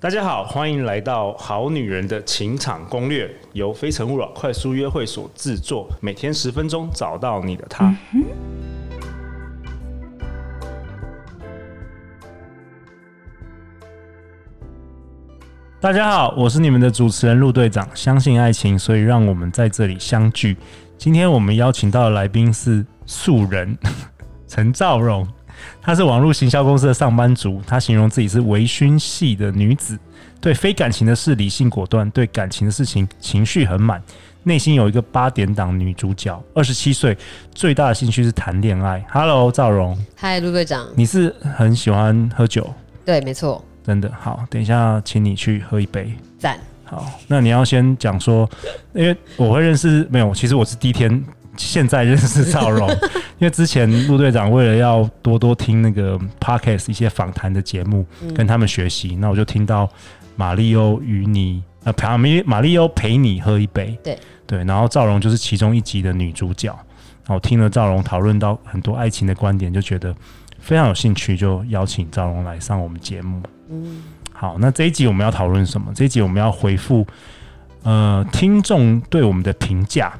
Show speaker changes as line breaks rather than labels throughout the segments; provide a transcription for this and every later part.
大家好，欢迎来到《好女人的情场攻略》，由非诚勿扰快速约会所制作，每天十分钟，找到你的他。大家好，我是你们的主持人陆队长。相信爱情，所以让我们在这里相聚。今天我们邀请到的来宾是素人 陈兆荣，她是网络行销公司的上班族。她形容自己是微醺系的女子，对非感情的事理性果断，对感情的事情情绪很满，内心有一个八点档女主角。二十七岁，最大的兴趣是谈恋爱。Hello，兆荣，
嗨，陆队长，
你是很喜欢喝酒，
对，没错，
真的好。等一下，请你去喝一杯。
赞。
好，那你要先讲说，因为我会认识没有，其实我是第一天现在认识赵荣，因为之前陆队长为了要多多听那个 podcast 一些访谈的节目，跟他们学习，那我就听到马里欧与你呃，陪马里马里欧陪你喝一杯，
对
对，然后赵荣就是其中一集的女主角，然后我听了赵荣讨论到很多爱情的观点，就觉得非常有兴趣，就邀请赵荣来上我们节目。好，那这一集我们要讨论什么？这一集我们要回复呃听众对我们的评价。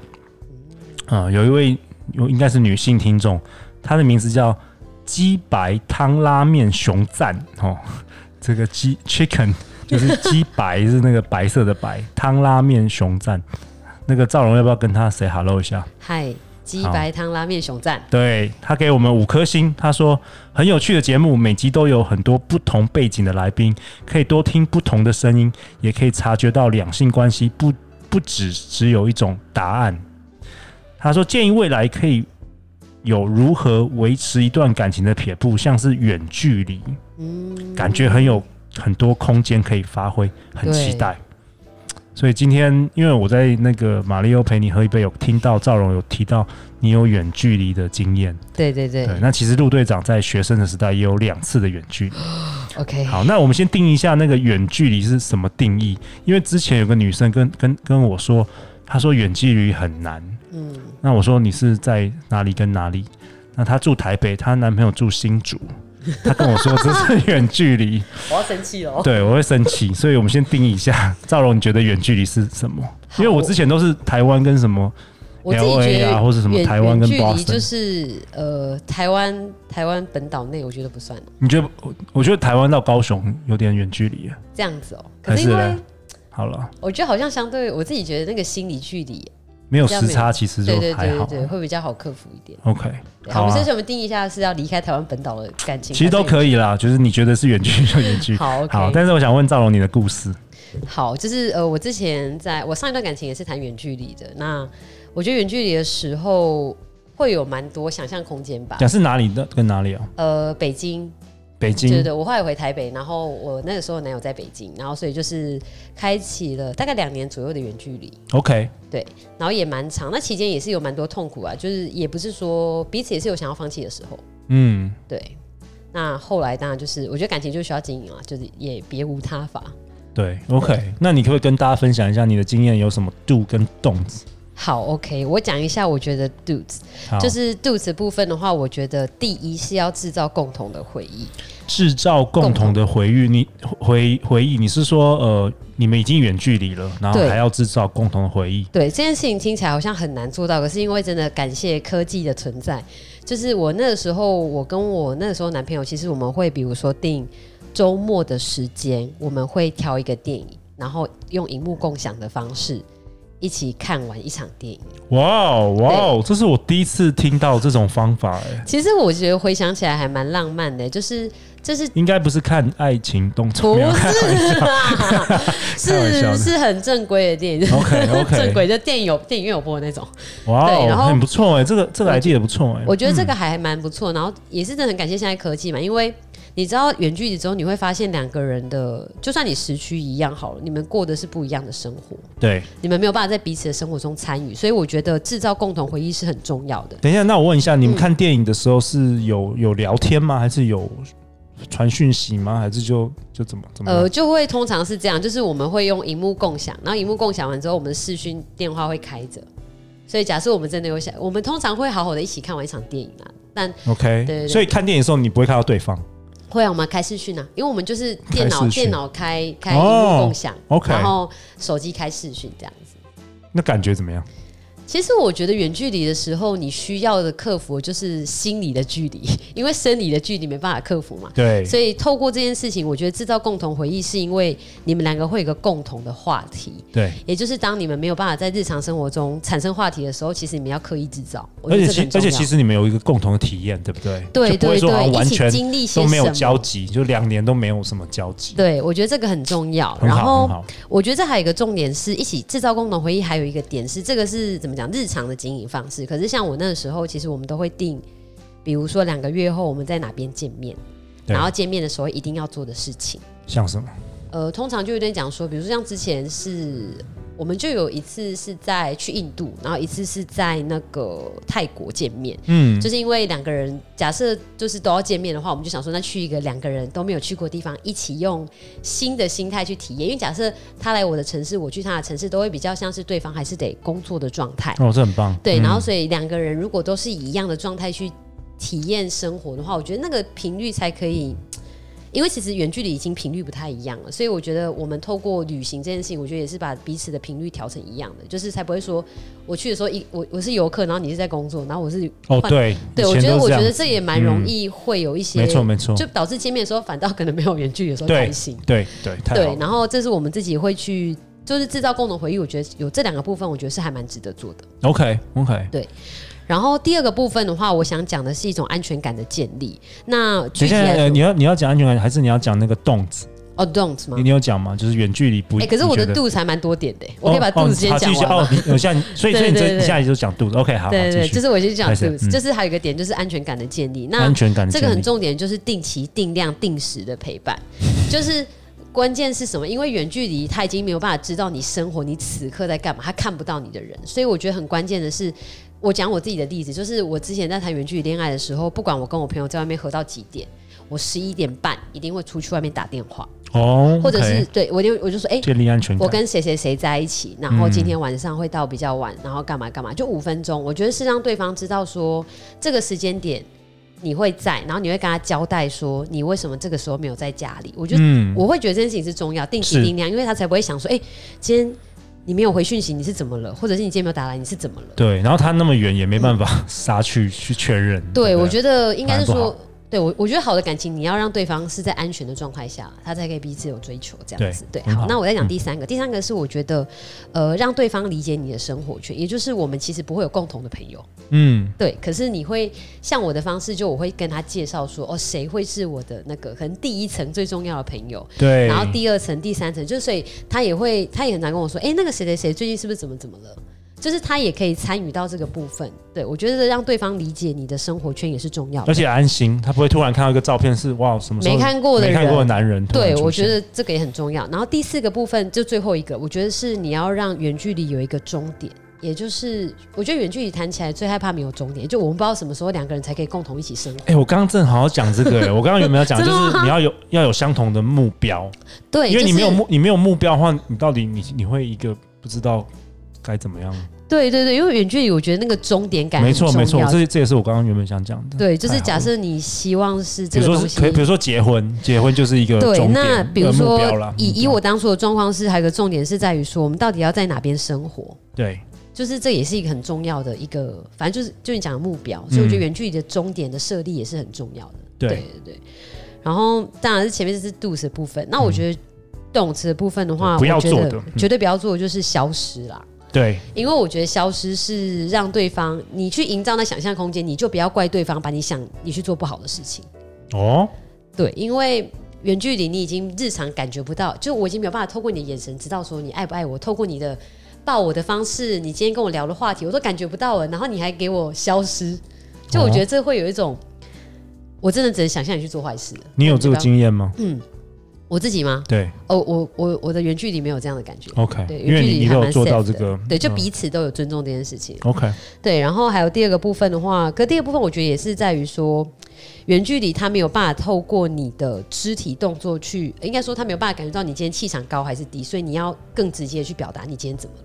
呃，有一位有应该是女性听众，她的名字叫鸡白汤拉面熊赞哦， 这个鸡 chicken 就是鸡白是那个白色的白汤拉面熊赞。那个赵荣要不要跟他 say hello 一下？
嗨，鸡白汤拉面熊赞，
对他给我们五颗星，他说很有趣的节目，每集都有很多不同背景的来宾，可以多听不同的声音，也可以察觉到两性关系不不只只有一种答案。他说建议未来可以有如何维持一段感情的撇步，像是远距离，
嗯，
感觉很有很多空间可以发挥，很期
对
待。所以今天，因为我在那个马里欧陪你喝一杯，有听到赵荣有提到你有远距离的经验，
对对对
对，那其实陆队长在学生的时代也有两次的远距离。
o k
好，那我们先定义一下那个远距离是什么定义，因为之前有个女生跟跟跟我说，她说远距离很难。
嗯，
那我说你是在哪里跟哪里？那她住台北，她男朋友住新竹。她跟我说这是远距 离，
我要生气了，
对我会生气，所以我们先定义一下。赵荣，你觉得远距离是什么？因为我之前都是台湾跟什么
我自己
LA
觉得
啊或者什么
远
台湾跟
远距离
Boston
就是呃，台湾台湾本岛内，我觉得不算
你觉得？我我觉得台湾到高雄有点远距离了，
这样子哦、可
还
是
是
因
嘞
为
好了。
我觉得好像相对我自己觉得那个心理距离，
没有
比较没
时
有
差，其实就
对对
还
对
好
对。对，会比较好克服一点。
OK，
对
好
我们
啊
这，次我们定义一下是要离开台湾本岛的感情，
其实都
以。
可以啦，就是你觉得是远距就远距。
好，OK，
好，但是我想问赵龙你的故事，
好，就是呃，我之前在我上一段感情也是谈远距离的。那我觉得远距离的时候会有蛮多想象空间吧。
讲是哪里的跟哪里哦？
呃，北京，
北
对对
京
对，我后来回台北，然后我那个时候男友在北京，然后所以就是开启了大概两年左右的远距离，
，OK，
然后也蛮长。那期间也是有蛮多痛苦啊，就是也不是说彼此也是有想要放弃的时候，
嗯，
对。那后来当然就是，我觉得感情就需要经营啊，就是也别无他法。
对，OK，那你可不可以跟大家分享一下你的经验有什么 do 跟 don't？
好，OK，我讲一下，我觉得 dudes
好，
就是 do 此部分的话，我觉得第一是要制造共同的回忆。
制造共同的回忆，你回回忆，你是说呃，你们已经远距离了，然后
对
还要制造共同的回忆，
对这件事情听起来好像很难做到，可是因为真的感谢科技的存在，就是我那个时候，我跟我那个时候男朋友，其实我们会比如说定周末的时间，我们会挑一个电影，然后用荧幕共享的方式。一起看完一场电影，
哇哦哇哦，这是我第一次听到这种方法、哎，
其实我觉得回想起来还蛮浪漫的，就是这是
应该不是看爱情动作
不
片，
是啦，
开玩笑的
是是很正规的电影
OK，OK
正规就电影有电影院有播的那种。
哇
对然
哦，
后
很不错哎、这个这个 idea 不错哎、
我觉得这个还蛮不错，然后也是真的很感谢现在科技嘛，因为你知道远距离之后，你会发现两个人的，就算你时区一样好了，你们过的是不一样的生活，
嗯对，
你们没有办法在彼此的生活中参与，所以我觉得制造共同回忆是很重要的。
等一下，那我问一下，你们看电影的时候是有
嗯
有聊天吗？还是有传讯息吗？还是就就怎么怎么样？
呃，就会通常是这样，就是我们会用荧幕共享，然后荧幕共享完之后，我们视讯电话会开着。所以，假设我们真的有想，我们通常会好好的一起看完一场电影啊。但
OK，
对对
所以看电影的时候你不会看到对方，
会啊，我们开视讯啊，因为我们就是
开
电脑
视讯
电脑开开
哦
荧幕共享、
OK
然后手机开视讯这样子。
那感觉怎么样？
其实我觉得远距离的时候，你需要的克服就是心理的距离， 因为生理的距离没办法克服嘛。
对，
所以透过这件事情，我觉得制造共同回忆，是因为你们两个会有一个共同的话题，
对，
也就是当你们没有办法在日常生活中产生话题的时候，其实你们要刻意制造。我
而
觉得
且
这个
其而
很重要
且其实你们有一个共同的体验，对不对？
对
就不会
对
说好像
对，
完
一起
全
经历些
都没有
什么
交集，就两年都没有什么交集，
对，我觉得这个很重要。
很
然
好
后
很好。
我觉得这还有一个重点是一起制造共同回忆，还有一个点是这个是怎么讲日常的经营方式。可是像我那时候，其实我们都会定，比如说两个月后我们在哪边见面，
对
然后见面的时候一定要做的事情。
像什么？
呃，通常就有点讲说，比如说像之前是。我们就有一次是在去印度，然后一次是在那个泰国见面，
嗯，
就是因为两个人假设就是都要见面的话，我们就想说，那去一个两个人都没有去过的地方，一起用新的心态去体验。因为假设他来我的城市，我去他的城市，都会比较像是对方还是得工作的状态。
哦，这很棒。
对，
嗯
然后所以两个人如果都是以一样的状态去体验生活的话，我觉得那个频率才可以。因为其实远距离已经频率不太一样了，所以我觉得我们透过旅行这件事情，我觉得也是把彼此的频率调成一样的，就是才不会说我去的时候一我我是游客，然后你是在工作，然后我是
哦，
换
对，
对，
以
我
前
觉得
都
我
是这
觉得
样，
这也蛮容易会有一些，
没错没错，
就导致见面的时候反倒可能没有远距离的时候
对
开心。
对对，太好
对，
了。
然后这是我们自己会去，就是制造共同回忆。我觉得有这两个部分，我觉得是还蛮值得做的。
OK OK，
然后第二个部分的话，我想讲的是一种安全感的建立。那具
等一
体
下，
来
呃
说
你要你要讲安全感，还是你要讲那个动词？
哦，don't 吗
你？你有讲吗？就是远距离不？
哎、可是我的
你觉得
肚子还蛮多点的、我可以把肚子先讲完吗
哦好继续哦，你我下你，所以所以你
对对
这
对
你下一集就讲肚子。OK，好，好
对对
继
对，
续
就是我先讲
开始
肚子，
嗯
就是还有一个点就是安全感的建立。那
安全感的
这个
建
很
立
重点，就是定期、定量、定时的陪 伴，就是。关键是什么？因为远距离他已经没有办法知道你生活，你此刻在干嘛，他看不到你的人，所以我觉得很关键的是，我讲我自己的例子，就是我之前在谈远距离恋爱的时候，不管我跟我朋友在外面喝到几点，我十一点半一定会出去外面打电话，
哦，
或者
OK，
是对我就我就说，哎、
建立安全
我
感。
跟谁谁谁在一起，然后
嗯
今天晚上会到比较晚，然后干嘛干嘛，就五分钟。我觉得是让对方知道说这个时间点你会在，然后你会跟他交代说你为什么这个时候没有在家里。我觉得、
嗯，
我会觉得这件事情是重要，定期
是
定量，因为他才不会想说，哎、今天你没有回讯息，你是怎么了？或者是你今天没有打来，你是怎么了？
对，然后他那么远也没办法杀去去确认。
嗯对，
不
我觉得应该是
反而不
说
好。
对我，我觉得好的感情，你要让对方是在安全的状态下，他才可以彼此有追求，这样子。
对
对，
很
好
好。嗯
那我再讲第三个，第三个是我觉得，呃，让对方理解你的生活圈，也就是我们其实不会有共同的朋友，
嗯，
对。可是你会像我的方式，就我会跟他介绍说，哦，谁会是我的那个可能第一层最重要的朋友，
对。
然后第二层、第三层，就是所以他也会，他也很常跟我说，哎、那个谁谁谁最近是不是怎么怎么了？就是他也可以参与到这个部分。对我觉得让对方理解你的生活圈也是重要
而
的。
且安心，他不会突然看到一个照片是哇什么时候
没看过的
没看
人
过的男人突然
对，
出现。
我觉得这个也很重要。然后第四个部分，就最后一个，我觉得是你要让远距离有一个终点，也就是我觉得远距离谈起来最害怕没有终点，就我们不知道什么时候两个人才可以共同一起生活。
哎、我刚刚正好要讲这个、哎，我刚刚有没有讲？就
真的
是你要有要有相同的目标，
对，
因为你没有
就是
目你没有目标的话，你到底你你会一个不知道该怎么样？
对对对，因为远距离，我觉得那个终点感
没
很
错
重
没错，
要。
这这也是我刚刚原本想讲的。
对，就是
太好
假
了
设你希望是
比
这
如
个
说
东
是
西，
可以，比如说结婚，结婚就是一个
对，
终点
那比如
呃目
说
标啦
以
目标
以我当初的状况是，还有一个重点是在于说，我们到底要在哪边生活，
对
就是这也是一个很重要的一个，反正就是就你讲的目标，所以我觉得远距离的终点的设立也是很重要的。
嗯
对
对
对对。然后当然是前面是 do's 的部分，那我觉得动词的部分的话，
嗯对不要
我觉
做
得
的嗯
绝对不要做，就是消失啦。
对
因为我觉得消失是让对方你去营造那想象空间，你就不要怪对方把你想你去做不好的事情。
哦，
对，因为远距离你已经日常感觉不到，就我已经没有办法透过你的眼神知道说你爱不爱我，透过你的抱我的方式，你今天跟我聊的话题，我都感觉不到了，然后你还给我消失，就我觉得这会有一种，我真的只能想象你去做坏事了。
你有这个经验吗？
嗯我自己吗？
对
哦，我我我的远距离没有这样的感觉。
，OK，
对，
因为
远距
你
离
你
还
都有
蛮
做到
safe
这
的
个，
对，就
嗯
彼此都有尊重这件事情。
OK，
对，然后还有第二个部分的话，可第二个部分我觉得也是在于说，远距离他没有办法透过你的肢体动作去，应该说他没有办法感觉到你今天气场高还是低，所以你要更直接地去表达你今天怎么了。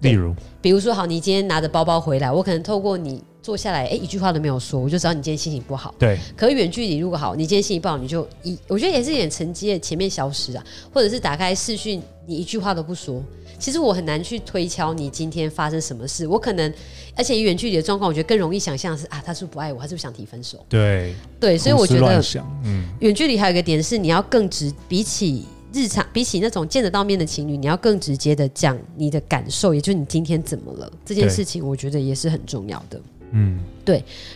例如
比如说，好，你今天拿着包包回来，我可能透过你坐下来，哎、一句话都没有说，我就知道你今天心情不好。
对，
可是远距离如果好，你今天心情不好，你就一，我觉得也是有点承接前面消失啊，或者是打开视讯，你一句话都不说。其实我很难去推敲你今天发生什么事，我可能，而且以远距离的状况，我觉得更容易想象是啊，他是不是不爱我，他是不是想提分手？
对，
对，所以我
胡思
觉得
乱想，嗯，
远距离还有一个点是，你要更直，比起日常，比起那种见得到面的情侣，你要更直接的讲你的感受，也就是你今天怎么了这件
对
事情，我觉得也是很重要的。
嗯，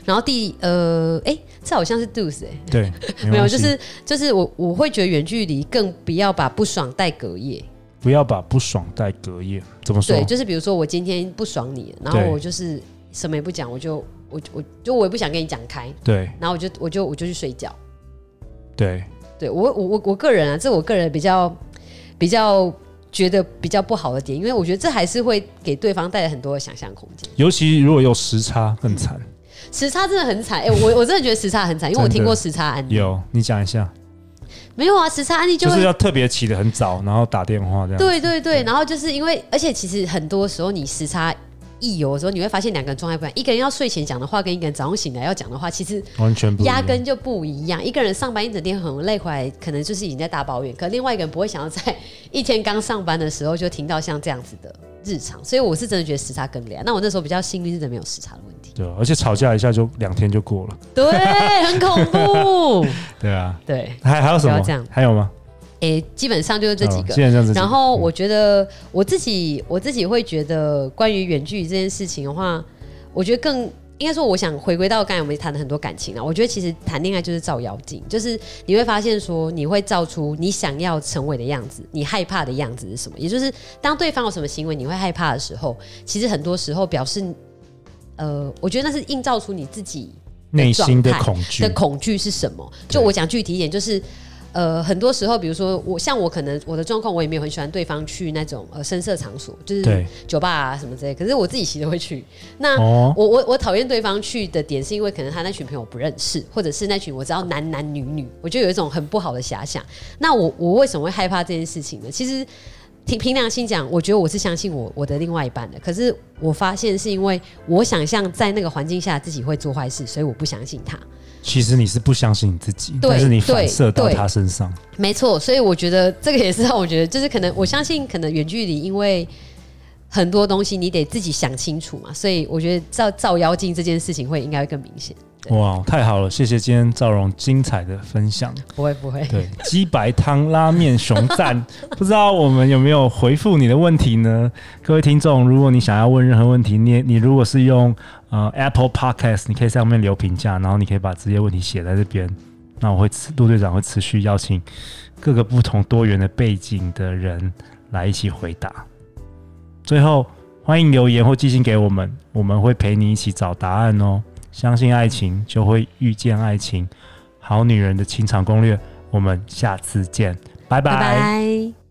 然后第呃，哎、这好像是 do's 哎、
对，
没有，
关
就
系
是就是我我会觉得远距离更不要把不爽带隔夜，
不要把不爽带隔夜，怎么说
对，？就是比如说我今天不爽你，然后
对
我就是什么也不讲，我就我我就我也不想跟你讲开，
对
然后我就我就我就去睡觉。
对，
对我我我我个人啊，这我个人比较比较觉得比较不好的点，因为我觉得这还是会给对方带来很多的想象空间。
尤其如果有时差，更惨。
时差真的很惨，哎、我我真的觉得时差很惨，因为我
真的
听过时差案例，
有，你讲一下，
没有啊，时差案嗯例就
就
会。
是要特别起得很早，然后打电话这样。
对对对，然后就是因为，而且其实很多时候你时差一有的时候，你会发现两个人状态不一样。一个人要睡前讲的话，跟一个人早上醒来要讲的话，其实
完全不一样
压根就不一样。一个人上班一整天很累，回来可能就是已经在大抱怨；可另外一个人不会想要在一天刚上班的时候就听到像这样子的日常。所以我是真的觉得时差更累啊。那我那时候比较幸运，是真的没有时差的问题。
对，而且吵架一下就两天就过了。
对，很恐怖。
对啊，
对，
还还有什
不
么
要这样？
还有吗？
诶、基本上就是这几
哦
个。
现在这样子。
然后嗯我觉得我自己我自己会觉得，关于远距离这件事情的话，我觉得更应该说，我想回归到刚才我们谈的很多感情啊。我觉得其实谈恋爱就是照妖镜，就是你会发现说，你会照出你想要成为的样子，你害怕的样子是什么。也就是当对方有什么行为你会害怕的时候，其实很多时候表示，呃，我觉得那是映照出你自己
内心的
状态
恐惧
的，恐惧是什么？
对
就我讲具体一点，就是呃，很多时候，比如说我像我可能我的状况，我也没有很喜欢对方去那种呃深色场所，就是
对
酒吧啊什么之类。可是我自己其实会去。那、
哦，
我我我讨厌对方去的点，是因为可能他那群朋友我不认识，或者是那群我知道男男女女，我就有一种很不好的遐想。那我我为什么会害怕这件事情呢？其实凭凭良心讲，我觉得我是相信我我的另外一半的。可是我发现是因为我想象在那个环境下自己会做坏事，所以我不相信他。
其实你是不相信你自己，
对
但是你反射到
对对
他身上。
没错，所以我觉得这个也是让我觉得，就是可能我相信，可能远距离，因为很多东西你得自己想清楚嘛，所以我觉得照照妖镜这件事情会应该会更明显。对
哇，太好了！谢谢今天赵荣精彩的分享。
不会不会，
对，鸡白汤拉面熊赞，不知道我们有没有回复你的问题呢？各位听众，如果你想要问任何问题，你你如果是用呃 Apple Podcast，你可以在上面留评价，然后你可以把职业问题写在这边。那我会持陆队长会持续邀请各个不同多元的背景的人来一起回答。最后，欢迎留言或寄信给我们，我们会陪你一起找答案哦。相信爱情，就会遇见爱情。好女人的情场攻略，我们下次见，拜
拜
拜
拜。